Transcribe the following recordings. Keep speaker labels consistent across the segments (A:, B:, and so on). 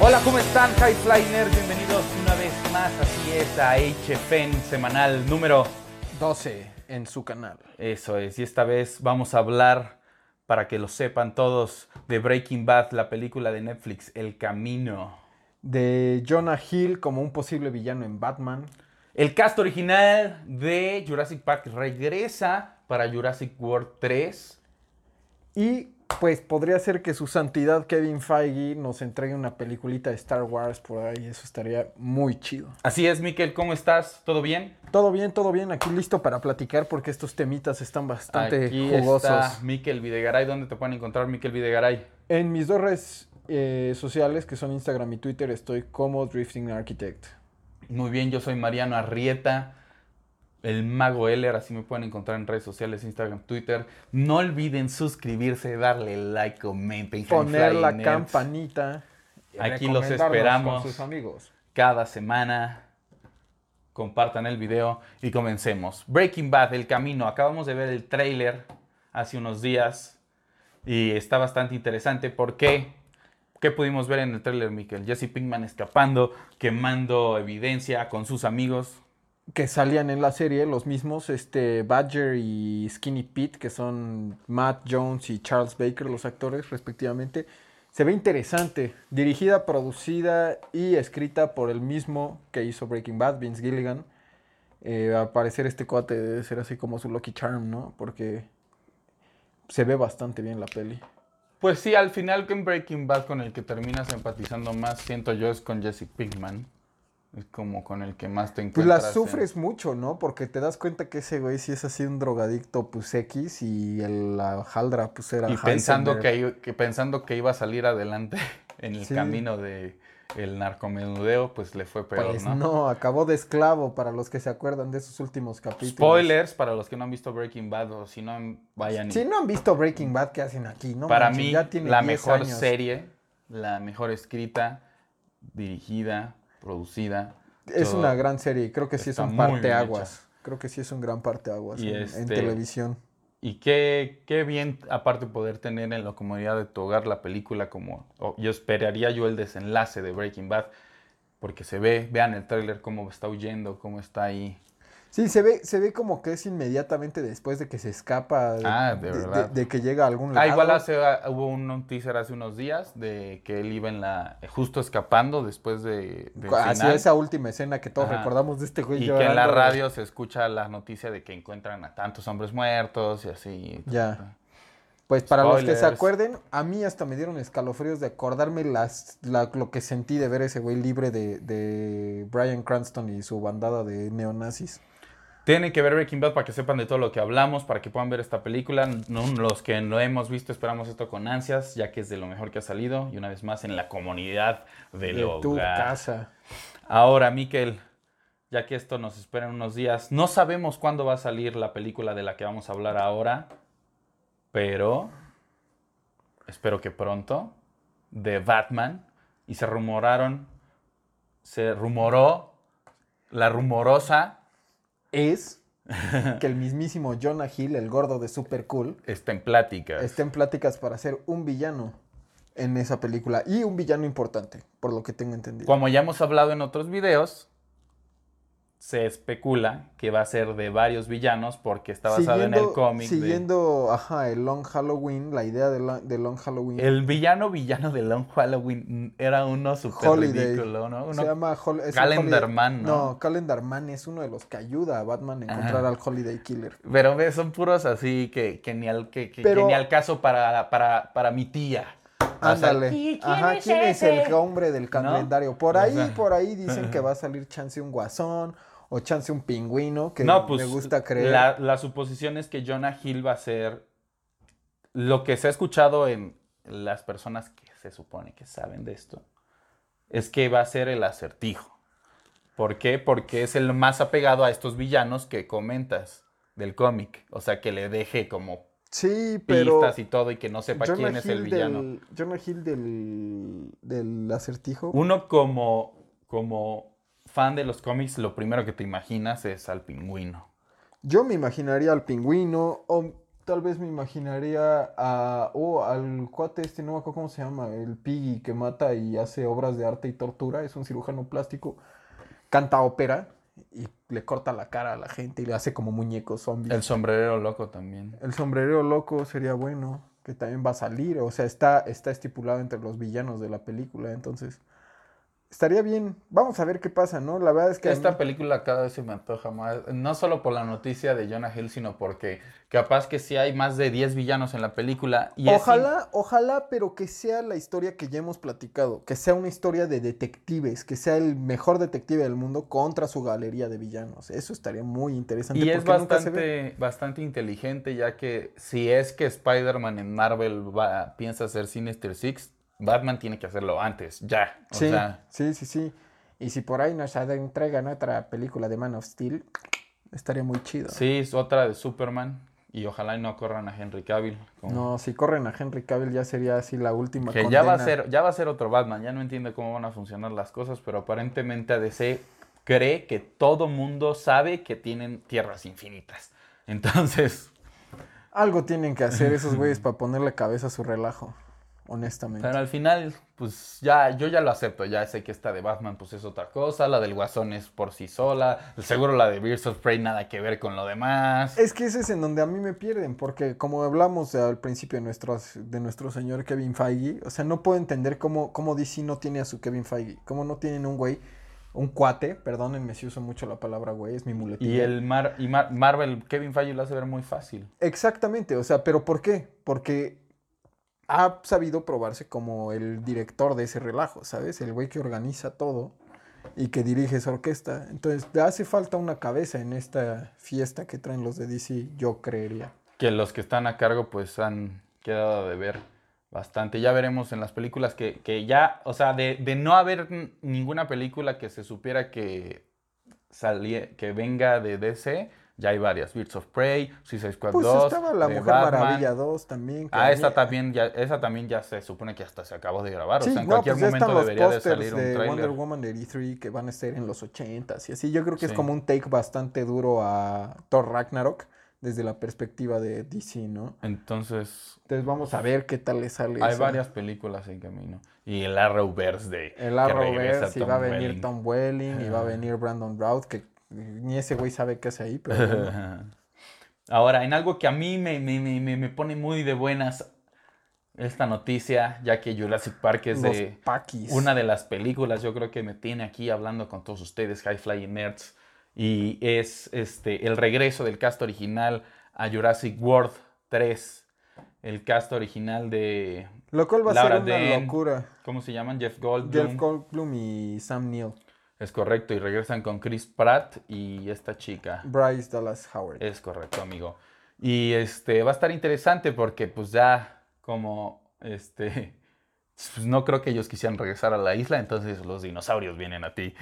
A: Hola, ¿cómo están, High Flyers? Bienvenidos una vez más, así es, a HFN semanal número
B: 12 en su canal.
A: Eso es, y esta vez vamos a hablar, para que lo sepan todos, de Breaking Bad, la película de Netflix, El Camino.
B: De Jonah Hill como un posible villano en Batman.
A: El cast original de Jurassic Park regresa para Jurassic World 3.
B: Y pues podría ser que su santidad Kevin Feige nos entregue una peliculita de Star Wars por ahí. Eso estaría muy chido.
A: Así es, Miquel, ¿cómo estás? ¿Todo bien?
B: Todo bien, todo bien. Aquí listo para platicar porque estos temitas están bastante
A: Aquí
B: jugosos.
A: está Miquel Videgaray. ¿Dónde te pueden encontrar, Miquel Videgaray?
B: En mis dos redes eh, sociales, que son Instagram y Twitter, estoy como Drifting Architect.
A: Muy bien, yo soy Mariano Arrieta, el mago Heller, así me pueden encontrar en redes sociales, Instagram, Twitter. No olviden suscribirse, darle like, comenten,
B: Poner la
A: Hanfly Nerds.
B: campanita. y
A: Aquí los
B: recomendarnos
A: esperamos.
B: Con sus amigos.
A: cada semana. Compartan el video y comencemos. Breaking Bad, El Camino. Acabamos de ver el tráiler hace unos días y está bastante interesante. ¿Por qué? ¿Qué pudimos ver en el tráiler, Miquel? Jesse Pinkman escapando, quemando evidencia con sus amigos.
B: que salían en la serie, los mismos, este, Badger y Skinny Pete, que son Matt Jones y Charles Baker, los actores respectivamente. Se ve interesante, dirigida, producida y escrita por el mismo que hizo Breaking Bad, Vince Gilligan. Eh, al parecer este cuate debe ser así como su Lucky Charm, ¿no? Porque se ve bastante bien la peli.
A: Pues sí, al final con Breaking Bad con el que terminas empatizando más, siento yo, es con Jesse Pinkman. Es como con el que más te
B: Pues
A: encuentras.
B: la
A: en-
B: sufres mucho, ¿no? Porque te das cuenta que ese güey sí es así un drogadicto, pues X, y el, la Haldra, pues era
A: y pensando
B: Heisenberg.
A: que, que pensando que iba a salir adelante en el
B: Sí.
A: camino de el narcomenudeo, pues le fue peor,
B: Pues
A: ¿no?
B: ¿no? acabó de esclavo para los que se acuerdan de esos últimos capítulos.
A: Spoilers para los que no han visto Breaking Bad o si no vayan. y-
B: Si no han visto Breaking Bad, ¿qué hacen aquí? No
A: para
B: manchen,
A: mí
B: ya tiene
A: la
B: 10
A: mejor
B: años.
A: serie, la mejor escrita, dirigida, producida.
B: Es
A: todo.
B: una gran serie, creo que sí es
A: Está
B: un
A: muy bien
B: parteaguas. Creo que sí es un gran parteaguas
A: Y
B: en, en
A: este-
B: televisión.
A: Y qué, qué bien, aparte poder tener en la comodidad de tu hogar la película como... o yo esperaría yo el desenlace de Breaking Bad, porque se ve, vean el tráiler, cómo está huyendo, cómo está ahí. Ah,
B: Sí, se ve, se ve como que es inmediatamente después de que se escapa de,
A: Ah, de verdad.
B: de que llega a algún lado.
A: Ah, igual hace, ah, hubo un, un teaser hace unos días de que él iba en la... justo escapando después de... del
B: Hacia
A: final,
B: esa última escena que todos
A: Ajá.
B: recordamos de este güey
A: Y que en la
B: llorando.
A: radio se escucha la noticia de que encuentran a tantos hombres muertos y así. ta,
B: Ya.
A: ta, ta.
B: Pues para los que se
A: Spoilers.
B: acuerden, a mí hasta me dieron escalofríos de acordarme las, la- lo que sentí de ver ese güey libre de, de Brian Cranston y su bandada de neonazis.
A: Tienen que ver Breaking Bad para que sepan de todo lo que hablamos, para que puedan ver esta película. No, los que no hemos visto esperamos esto con ansias, ya que es de lo mejor que ha salido. Y una vez más en la comunidad del
B: de tu
A: hogar.
B: casa.
A: Ahora, Miquel, ya que esto nos espera en unos días, no sabemos cuándo va a salir la película de la que vamos a hablar ahora, pero espero que pronto, de Batman, y se rumoraron, se rumoró la rumorosa
B: Es que el mismísimo Jonah Hill, el gordo de Super Cool,
A: está en pláticas.
B: está en pláticas para ser un villano en esa película. Y un villano importante, por lo que tengo entendido.
A: Como ya hemos hablado en otros videos, se especula que va a ser de varios villanos porque está basado en el cómic. de-
B: Siguiendo, ajá, el Long Halloween, la idea de, la- de Long Halloween.
A: El villano villano de Long Halloween mm, era uno súper
B: Holiday.
A: ridículo, ¿no? Uno-
B: Se llama Hol- es el
A: Calendar
B: Holiday-
A: Man, ¿no?
B: No, Calendar Man es uno de los que ayuda a Batman a encontrar
A: Ajá.
B: al Holiday Killer.
A: Pero ve, son puros así que, que ni, al, que, que- que
B: Pero-
A: ni al caso para, para, para mi tía. O sea,
B: Ándale.
A: "¿Y quién
B: Ajá,
A: es
B: ¿quién es el
A: ese?".
B: hombre del calendario? Por
A: O
B: ahí,
A: sea.
B: por ahí dicen que va a salir chance un guasón o chance un pingüino, que
A: no, pues
B: me gusta creer.
A: La, la suposición es que Jonah Hill va a ser lo que se ha escuchado en las personas que se supone que saben de esto, es que va a ser el acertijo. ¿Por qué? Porque es el más apegado a estos villanos que comentas del cómic. O sea, que le deje como
B: Sí, pero
A: pistas y todo y que no sepa quién es el
B: Hill
A: villano.
B: del- Jonah Hill del, del acertijo.
A: Uno como, como fan de los cómics, lo primero que te imaginas es al pingüino.
B: Yo me imaginaría al pingüino o tal vez me imaginaría a. Oh, al cuate este, no me acuerdo cómo se llama, el Piggy que mata y hace obras de arte y tortura, es un cirujano plástico, canta ópera y le corta la cara a la gente y le hace como muñecos zombies.
A: El sombrerero loco también.
B: El sombrerero loco sería bueno, que también va a salir, o sea, está, está estipulado entre los villanos de la película, entonces estaría bien. Vamos a ver qué pasa, ¿no? La verdad es que... a
A: Esta
B: mí-
A: película cada vez se me antoja más, no solo por la noticia de Jonah Hill, sino porque capaz que sí hay más de 10 villanos en la película. Y es-
B: Ojalá, ojalá, pero que sea la historia que ya hemos platicado, que sea una historia de detectives, que sea el mejor detective del mundo contra su galería de villanos. Eso estaría muy interesante.
A: Y es
B: porque nunca se ve.
A: bastante, bastante inteligente, ya que si es que Spider-Man en Marvel va- piensa hacer Sinister Six, Batman tiene que hacerlo antes, ya. O
B: Sí,
A: sea,
B: sí, sí, sí. Y si por ahí nos entregan otra película de Man of Steel, estaría muy chido.
A: sí, es otra de Superman. Y ojalá y no corran a Henry Cavill. como-
B: No, si corren a Henry Cavill ya sería así la última
A: que ya va, a
B: condena.
A: ser, ya va a ser otro Batman. Ya no entiendo cómo van a funcionar las cosas, pero aparentemente ADC cree que todo mundo sabe que tienen tierras infinitas. Entonces,
B: Algo tienen que hacer esos güeyes para ponerle cabeza a su relajo, honestamente.
A: Pero al final, pues ya, yo ya lo acepto, ya sé que esta de Batman pues es otra cosa, la del Guasón es por sí sola, seguro la de Birds of Prey nada que ver con lo demás.
B: Es que ese es en donde a mí me pierden, porque como hablamos al principio de, nuestros, de nuestro señor Kevin Feige, o sea, no puedo entender cómo, cómo DC no tiene a su Kevin Feige, cómo no tienen un güey, un cuate, perdónenme si uso mucho la palabra güey, es mi muletilla.
A: Y el Mar y Mar- Marvel, Kevin Feige lo hace ver muy fácil.
B: Exactamente, o sea, pero ¿por qué? Porque ha sabido probarse como el director de ese relajo, ¿sabes? El güey que organiza todo y que dirige esa orquesta. Entonces, le hace falta una cabeza en esta fiesta que traen los de DC, yo creería.
A: Que los que están a cargo pues han quedado de ver bastante. Ya veremos en las películas que, que ya, o sea, de, de no haber n- ninguna película que se supiera que, salie- que venga de DC. Ya hay varias, Birds of Prey, Suicide Squad
B: Pues
A: 2,
B: estaba La
A: de
B: Mujer
A: Batman.
B: Maravilla 2 también. que
A: Ah,
B: a
A: esa
B: mí-
A: también, ya, esa también ya se supone que hasta se acabó de grabar.
B: Sí,
A: o sea, en
B: no,
A: cualquier
B: pues ya están
A: momento
B: los
A: debería de
B: pósters
A: salir un
B: de Wonder
A: tráiler.
B: Woman 83 que van a estar en los 80s y así. Yo creo que es
A: Sí.
B: como un take bastante duro a Thor Ragnarok desde la perspectiva de DC, ¿no?
A: Entonces,
B: Entonces vamos a ver qué tal le sale.
A: hay
B: eso.
A: varias películas en camino. Y el Arrowverse de
B: El
A: que regresa
B: Arrowverse y va
A: Tom
B: a venir
A: Welling. Ah.
B: Tom Welling y va a venir Brandon Routh que ni ese güey sabe qué hace ahí, pero bueno.
A: Ahora, en algo que a mí me, me- me- me- me pone muy de buenas esta noticia, ya que Jurassic Park es
B: los
A: de
B: Paquis.
A: una de las películas, yo creo que me tiene aquí hablando con todos ustedes, High Flying Nerds, y es este, el regreso del cast original a Jurassic World 3. El cast original de,
B: Lo cual va a
A: Laura
B: ser una
A: Dern,
B: locura.
A: ¿cómo se llaman? Jeff Goldblum.
B: Jeff Goldblum y Sam Neill,
A: Es correcto, y regresan con Chris Pratt y esta chica.
B: Bryce Dallas Howard.
A: Es correcto, amigo. Y este va a estar interesante porque pues ya como este pues, no creo que ellos quisieran regresar a la isla, entonces los dinosaurios vienen a ti.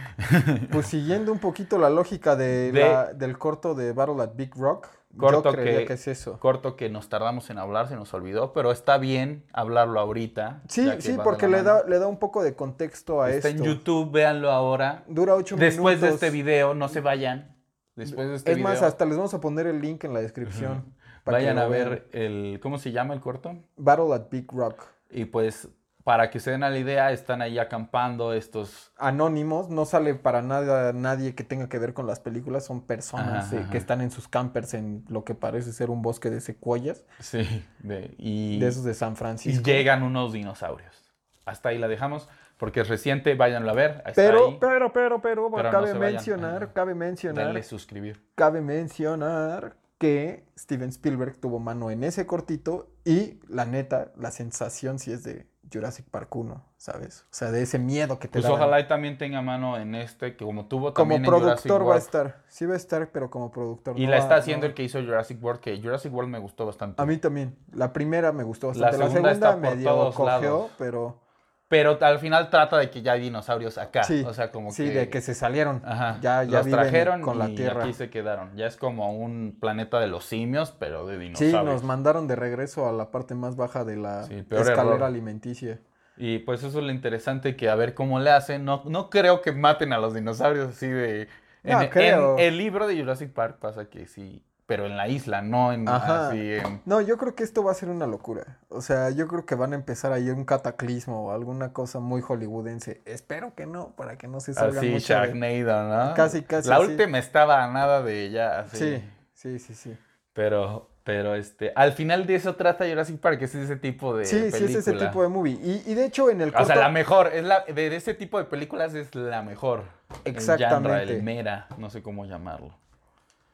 B: Pues siguiendo un poquito la lógica de
A: De-
B: la- del corto de Battle at Big Rock,
A: Corto
B: yo creería
A: que-
B: que, es eso.
A: corto que nos tardamos en hablar, se nos olvidó, pero está bien hablarlo ahorita.
B: Sí,
A: ya que
B: sí,
A: va de
B: porque
A: la
B: le
A: mano.
B: da, le da un poco de contexto a
A: Está
B: esto.
A: en YouTube, véanlo ahora.
B: Dura ocho
A: Después
B: minutos.
A: de este video, no se vayan. Después de este
B: es
A: video,
B: más, hasta les vamos a poner el link en la descripción. para que
A: vayan
B: lo
A: a
B: vean.
A: ver el, ¿cómo se llama el corto?
B: Battle at Big Rock.
A: Y pues, para que se den a la idea, están ahí acampando estos...
B: Anónimos, no sale para nada nadie que tenga que ver con las películas, son personas
A: Ajá,
B: eh,
A: ajá.
B: que están en sus campers en lo que parece ser un bosque de secuoyas,
A: Sí, de- y,
B: de esos de San
A: y
B: Francisco.
A: llegan unos dinosaurios. Hasta ahí la dejamos, porque es reciente, váyanlo a ver. ahí está ahí.
B: Pero, pero, pero, pero,
A: Pero no
B: cabe
A: se vayan.
B: mencionar,
A: Ajá.
B: cabe mencionar
A: Denle suscribir.
B: Cabe mencionar que Steven Spielberg tuvo mano en ese cortito y la neta, la sensación sí es de Jurassic Park 1, ¿sabes? O sea, de ese miedo que te
A: Pues
B: daban.
A: ojalá y también tenga mano en este, que como tuvo
B: Como
A: también en Jurassic
B: productor va a
A: World.
B: estar, sí va a estar, pero como productor.
A: Y
B: no
A: la
B: va-
A: está haciendo
B: no-
A: el que hizo Jurassic World, que Jurassic World me gustó bastante.
B: A mí también. La primera me gustó
A: La
B: bastante. La
A: segunda
B: segunda,
A: está por
B: medio
A: todos
B: cojeó,
A: lados.
B: pero
A: Pero al final trata de que ya hay dinosaurios acá.
B: sí,
A: o sea, como
B: sí,
A: que...
B: de que se salieron.
A: Ajá,
B: Ya, ya
A: los
B: viven
A: trajeron
B: con la
A: y
B: tierra.
A: aquí se quedaron. Ya es como un planeta de los simios, pero de
B: Sí,
A: dinosaurios.
B: nos mandaron de regreso a la parte más baja de la
A: Sí, el peor
B: escalera
A: error.
B: alimenticia.
A: Y pues eso es lo interesante que a ver cómo le hacen. No, no creo que maten a los dinosaurios así de...
B: No,
A: en,
B: creo.
A: en el libro de Jurassic Park pasa que sí pero en la isla, no en
B: Ajá.
A: así en-
B: No, yo creo que esto va a ser una locura. O sea, yo creo que van a empezar ahí un cataclismo o alguna cosa muy hollywoodense. Espero que no, para que no se salga
A: así
B: mucho. de-
A: Sharknado, ¿no?
B: Casi, casi,
A: La
B: sí.
A: última estaba a nada de ella, así.
B: Sí, sí, sí, sí.
A: Pero, pero este, al final de eso trata Jurassic Park, es ese tipo de
B: Sí, sí, es ese
A: película.
B: tipo de movie. Y, y de hecho, en el
A: O sea,
B: corto-
A: la mejor, es la, de ese tipo de películas es la mejor. El genre,
B: Exactamente.
A: el mera, no sé cómo llamarlo.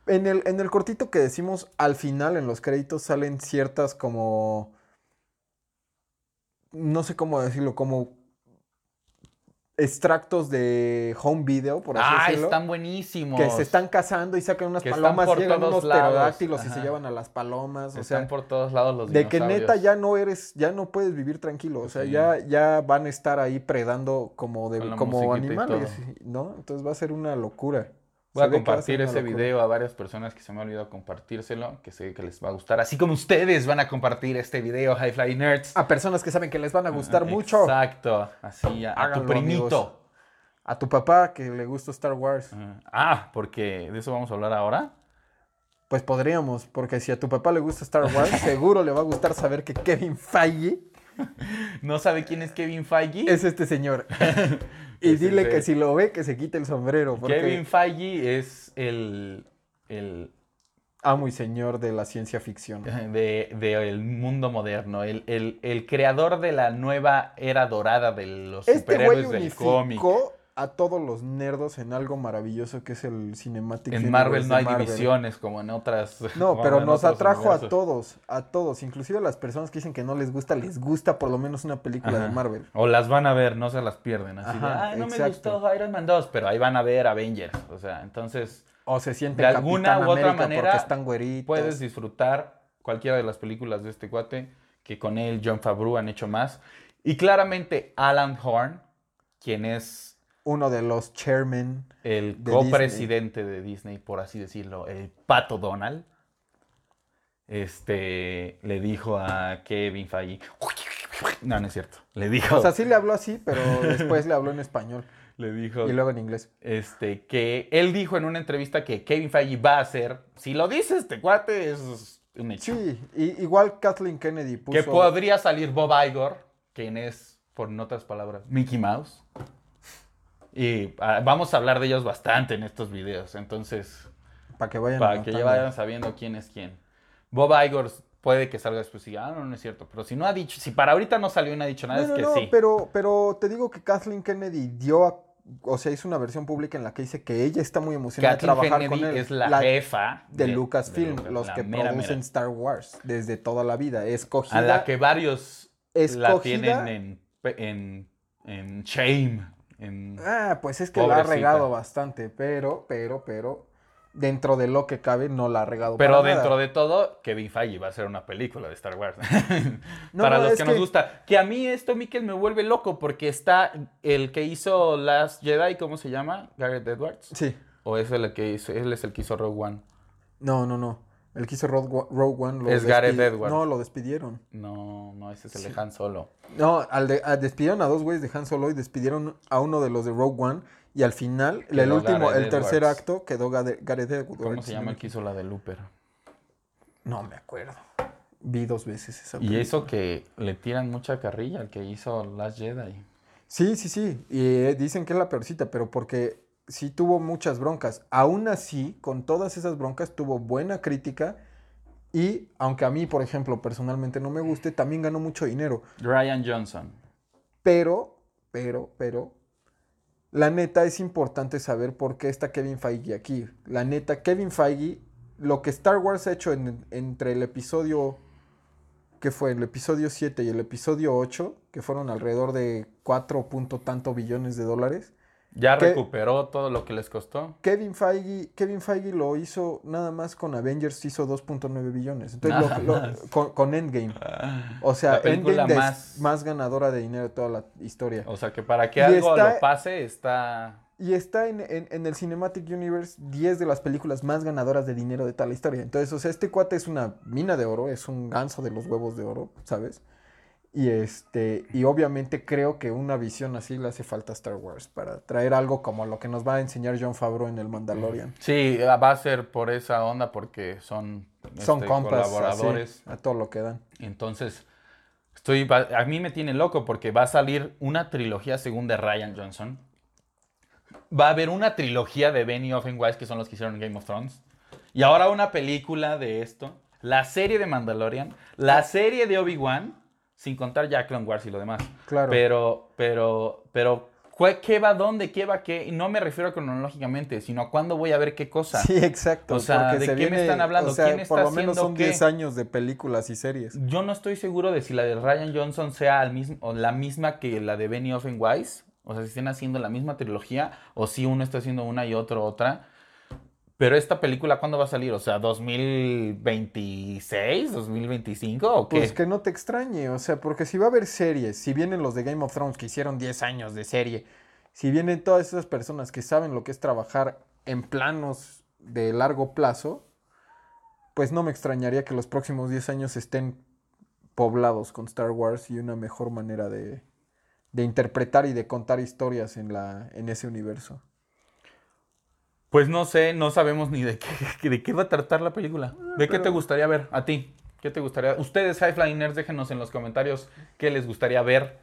B: En el, en el cortito que decimos al final, en los créditos, salen ciertas como. No sé cómo decirlo, como. Extractos de home video, por así
A: Ah,
B: decirlo.
A: están buenísimos.
B: Que se están cazando y sacan unas
A: Que están
B: palomas,
A: por
B: llegan
A: todos
B: unos
A: lados,
B: pterodáctilos y se
A: ajá.
B: llevan a las palomas. O
A: Están
B: sea,
A: por todos lados los
B: de que neta
A: dinosaurios. Pues
B: ya no eres, ya no puedes vivir tranquilo. O sea,
A: Sí.
B: ya, ya van a estar ahí predando como, de,
A: Con la
B: como
A: musiquita y
B: animales, ¿no? Entonces va a ser una locura.
A: Voy
B: Se
A: a
B: ve que va ser
A: compartir
B: una
A: ese
B: locura.
A: video a varias personas que se me ha olvidado compartírselo, que sé que les va a gustar. Así como ustedes van a compartir este video, High Fly Nerds.
B: A personas que saben que les van Ah, a gustar mucho.
A: Ah, Exacto. Así, a, a tu
B: Háganlo,
A: primito.
B: A tu papá que le gusta Star Wars.
A: Ajá. Ah, porque de eso vamos a hablar ahora.
B: Pues podríamos, porque si a tu papá le gusta Star Wars, seguro le va a gustar saber que Kevin Feige
A: ¿No sabe quién es Kevin Feige?
B: es este señor. y
A: Es el
B: dile
A: de-
B: que si lo ve, que se quite el sombrero. Porque...
A: Kevin Feige es el, el
B: amo y señor de la ciencia ficción.
A: de, de el mundo moderno, el, el- el creador de la nueva era dorada de los
B: Este güey
A: superhéroes del cómic.
B: unificó a todos los nerdos en algo maravilloso que es el Cinematic
A: En
B: Universe
A: Marvel no
B: de ¿eh?
A: hay divisiones como en otras.
B: No,
A: como
B: pero
A: en
B: nos
A: otros
B: atrajo a
A: universos.
B: todos, a todos, inclusive a las personas que dicen que no les gusta, les gusta por lo menos una película
A: Ajá.
B: de Marvel.
A: O las van a ver, no se las pierden. Así de,
B: Ajá,
A: "Ay, no me
B: exacto.
A: gustó Iron Man 2, pero ahí van a ver Avengers. O sea, entonces
B: O se sienten
A: De alguna
B: Capitán
A: u otra
B: América
A: manera,
B: porque están güeritos.
A: puedes disfrutar cualquiera de las películas de este cuate, que con él John Favreau han hecho más. Y claramente Alan Horn, quien es
B: Uno de los chairmen.
A: el
B: De
A: copresidente de Disney, por así decirlo, el pato Donald, este, le dijo a Kevin Feige, no, no es cierto, le dijo,
B: O sea, sí le habló así, pero después le habló en español
A: le dijo,
B: y luego en inglés.
A: este, que él dijo en una entrevista que Kevin Feige va a hacer, si lo dice este cuate, es un hecho,
B: Sí, y- igual Kathleen Kennedy puso.
A: que podría salir Bob Igor, quien es, por en otras palabras, Mickey Mouse, y ah, vamos a hablar de ellos bastante en estos videos, entonces...
B: Para que vayan
A: Para que ya
B: anotando.
A: vayan sabiendo quién es quién. Bob Igor puede que salga después y diga, ah, no, no es cierto. Pero si no ha dicho, si para ahorita no salió y no ha dicho nada,
B: No,
A: es
B: no,
A: que
B: no,
A: sí.
B: pero, pero te digo que Kathleen Kennedy dio a- O sea, hizo una versión pública en la que dice que ella está muy emocionada
A: Kathleen
B: de trabajar
A: Kennedy
B: con él.
A: es la,
B: La
A: jefa
B: de,
A: de
B: Lucasfilm,
A: Lucas,
B: los
A: la
B: que
A: mera,
B: producen
A: mera.
B: Star Wars desde toda la vida. Escogida.
A: A la que varios la
B: escogida-
A: tienen en, en, en shame. en-
B: Ah, pues es que la
A: Pobrecita.
B: ha regado bastante, pero, pero, pero, dentro de lo que cabe, no la ha regado.
A: Pero
B: para
A: dentro
B: nada.
A: de todo, Kevin Feige va a hacer una película de Star Wars.
B: No,
A: Para
B: no,
A: los
B: es
A: que, nos
B: que-
A: gusta. Que a mí esto, Mikel, me vuelve loco porque está el que hizo Last Jedi, ¿cómo se llama? Garrett Edwards.
B: Sí.
A: ¿O es el que hizo? Él es el que hizo Rogue One.
B: No, no, no. El que hizo Rogue One- Rogue One lo
A: Es Gareth
B: despidi-
A: Edwards.
B: No, lo despidieron.
A: No, no, ese es el
B: Sí.
A: de Han Solo.
B: No, al de- a- despidieron a dos güeyes de Han Solo y despidieron a uno de los de Rogue One. Y al final, el
A: Quedó
B: último,
A: Gareth
B: el tercer
A: Edwards.
B: acto quedó Gade- Gareth Edwards.
A: ¿Cómo se llama el
B: no
A: que hizo la de Looper?
B: me- No me acuerdo. Vi dos veces esa
A: Y
B: película.
A: eso que le tiran mucha carrilla al que hizo Last Jedi.
B: Sí, sí, sí. Y eh, dicen que es la peorcita, pero porque sí tuvo muchas broncas. Aún así, con todas esas broncas, tuvo buena crítica. Y aunque a mí, por ejemplo, personalmente no me guste, también ganó mucho dinero.
A: Ryan Johnson.
B: Pero, pero, pero, la neta es importante saber por qué está Kevin Feige aquí. La neta, Kevin Feige, lo que Star Wars ha hecho en- entre el episodio, que fue el episodio 7 y el episodio 8, que fueron alrededor de 4 punto tanto billones de dólares,
A: ¿Ya
B: ¿Qué?
A: recuperó todo lo que les costó?
B: Kevin Feige, Kevin Feige lo hizo nada más con Avengers, hizo 2.9 billones. Entonces, lo-
A: Nada
B: lo-
A: más.
B: con, con Endgame. O sea,
A: La película
B: Endgame más...
A: más-
B: más ganadora de dinero de toda la historia.
A: O sea, que para que
B: Y
A: algo
B: está-
A: lo pase está...
B: Y está en, en- en el Cinematic Universe 10 de las películas más ganadoras de dinero de tal historia. Entonces, o sea, este cuate es una mina de oro, es un ganso de los huevos de oro, ¿sabes? Y, este, y obviamente creo que una visión así le hace falta a Star Wars para traer algo como lo que nos va a enseñar John Favreau en el Mandalorian.
A: Sí, va a ser por esa onda porque son,
B: Son
A: este,
B: compas así,
A: colaboradores.
B: a todo lo que dan.
A: Entonces, estoy, va- a mí me tiene loco porque va a salir una trilogía según de Ryan Johnson. Va a haber una trilogía de Benny Offenwise, que son los que hicieron Game of Thrones. Y ahora una película de esto. La serie de Mandalorian. La serie de Obi-Wan. Sin contar ya Clone Wars y lo demás.
B: Claro.
A: Pero, pero, pero, ¿cuál- ¿qué va dónde? ¿Qué va qué? Y no me refiero cronológicamente, sino a cuándo voy a ver qué cosa.
B: Sí, exacto.
A: o sea,
B: porque
A: ¿de
B: se
A: qué me
B: viene-
A: están hablando?
B: O sea,
A: ¿Quién
B: por
A: está
B: lo menos
A: haciendo
B: son
A: qué?
B: 10 años de películas y series.
A: Yo no estoy seguro de si la de Ryan Johnson sea al mismo, o la misma que la de Benny Wise O sea, si estén haciendo la misma trilogía o si uno está haciendo una y otro otra. Pero esta película, ¿cuándo va a salir? O sea, ¿2026? ¿2025? ¿O qué?
B: Pues que no te extrañe, o sea, porque si va a haber series, si vienen los de Game of Thrones que hicieron 10 años de serie, si vienen todas esas personas que saben lo que es trabajar en planos de largo plazo, pues no me extrañaría que los próximos 10 años estén poblados con Star Wars y una mejor manera de, de interpretar y de contar historias en, la, en ese universo.
A: Pues no sé, no sabemos ni de qué, de qué va a tratar la película.
B: Ah,
A: ¿De qué te gustaría ver? A ti. ¿Qué te gustaría? Ustedes, Highflyers, déjenos en los comentarios qué les gustaría ver.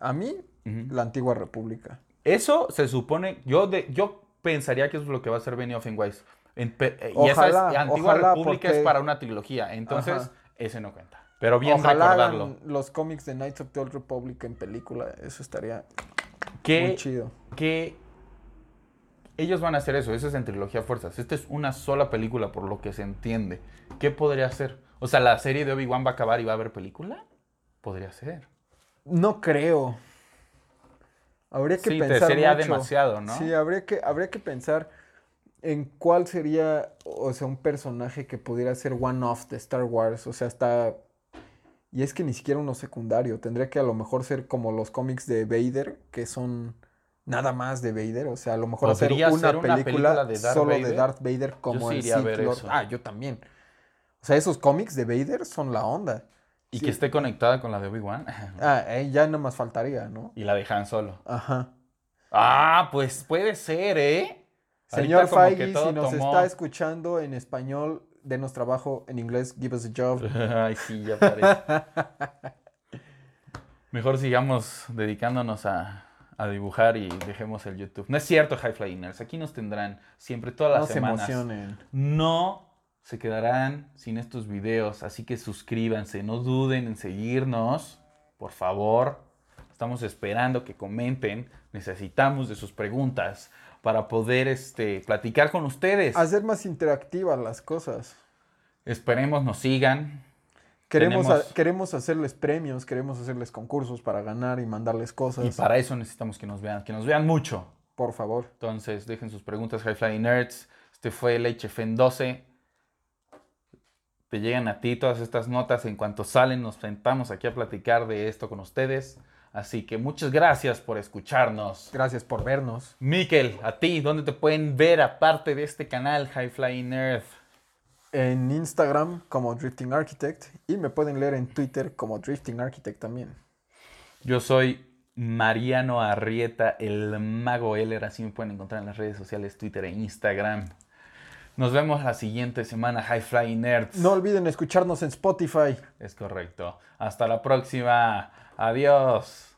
B: A mí, la antigua república.
A: Eso se supone, yo, de, yo pensaría que eso es lo que va a hacer Benioff and Weiss. En pe- eh, y esa es,
B: Ojalá,
A: Antigua
B: ojalá,
A: República
B: porque-
A: es para una trilogía, entonces
B: Ajá.
A: ese no cuenta. Pero bien
B: Ojalá hagan
A: recordarlo.
B: los cómics de Knights of the Old Republic en película, eso estaría muy
A: Que,
B: chido.
A: que ellos van a hacer eso, eso es en trilogía fuerzas. Esta es una sola película, por lo que se entiende. ¿Qué podría ser? O sea, la serie de Obi-Wan va a acabar y va a haber película. Podría ser.
B: No creo. Habría que
A: Sí, te
B: pensar
A: sería
B: mucho.
A: demasiado, ¿no?
B: Sí, habría que, habría que pensar en cuál sería, o sea, un personaje que pudiera ser one-off de Star Wars. O sea, hasta... Y es que ni siquiera uno secundario. Tendría que a lo mejor ser como los cómics de Vader, que son nada más de Vader. O sea, a lo mejor hacer
A: Podría
B: una
A: ser una
B: película,
A: película de Darth
B: solo de
A: Vader.
B: Darth Vader como
A: sí
B: el
A: iría a
B: Sith
A: ver
B: Lord.
A: eso.
B: Ah, yo también. O sea, esos cómics de Vader son la onda.
A: Y
B: Sí.
A: que esté conectada con la de Obi-Wan
B: Ah, eh, ya no más faltaría, ¿no?
A: y la de Han Solo.
B: Ajá.
A: Ah, pues puede ser, ¿eh?
B: Señor
A: Ahorita como que
B: Feige, si
A: todo
B: nos
A: tomó-
B: está escuchando en español, denos trabajo en inglés, give us a job.
A: Ay, sí, ya parece. Mejor sigamos dedicándonos a, a dibujar y dejemos el YouTube. No es cierto, High Flyers. Aquí nos tendrán siempre todas las
B: No se
A: semanas.
B: emocionen.
A: No se quedarán sin estos videos, así que suscríbanse, no duden en seguirnos, por favor. Estamos esperando que comenten, necesitamos de sus preguntas para poder este, platicar con ustedes.
B: Hacer más interactivas las cosas.
A: Esperemos nos sigan.
B: Queremos, a-
A: Tenemos-
B: queremos hacerles premios, queremos hacerles concursos para ganar y mandarles cosas.
A: Y para eso necesitamos que nos vean, que nos vean mucho.
B: Por favor.
A: Entonces, dejen sus preguntas, High Flying Nerds. Este fue el HFN 12. Te llegan a ti todas estas notas. En cuanto salen, nos sentamos aquí a platicar de esto con ustedes. Así que muchas gracias por escucharnos.
B: Gracias por vernos.
A: Miquel, a ti, ¿dónde te pueden ver aparte de este canal, High Flying Nerd?
B: En Instagram como Drifting Architect y me pueden leer en Twitter como Drifting Architect también.
A: Yo soy Mariano Arrieta, el mago Heller, así me pueden encontrar en las redes sociales, Twitter e Instagram. Nos vemos la siguiente semana, High Flying Nerds.
B: No olviden escucharnos en Spotify.
A: Es correcto. Hasta la próxima. Adiós.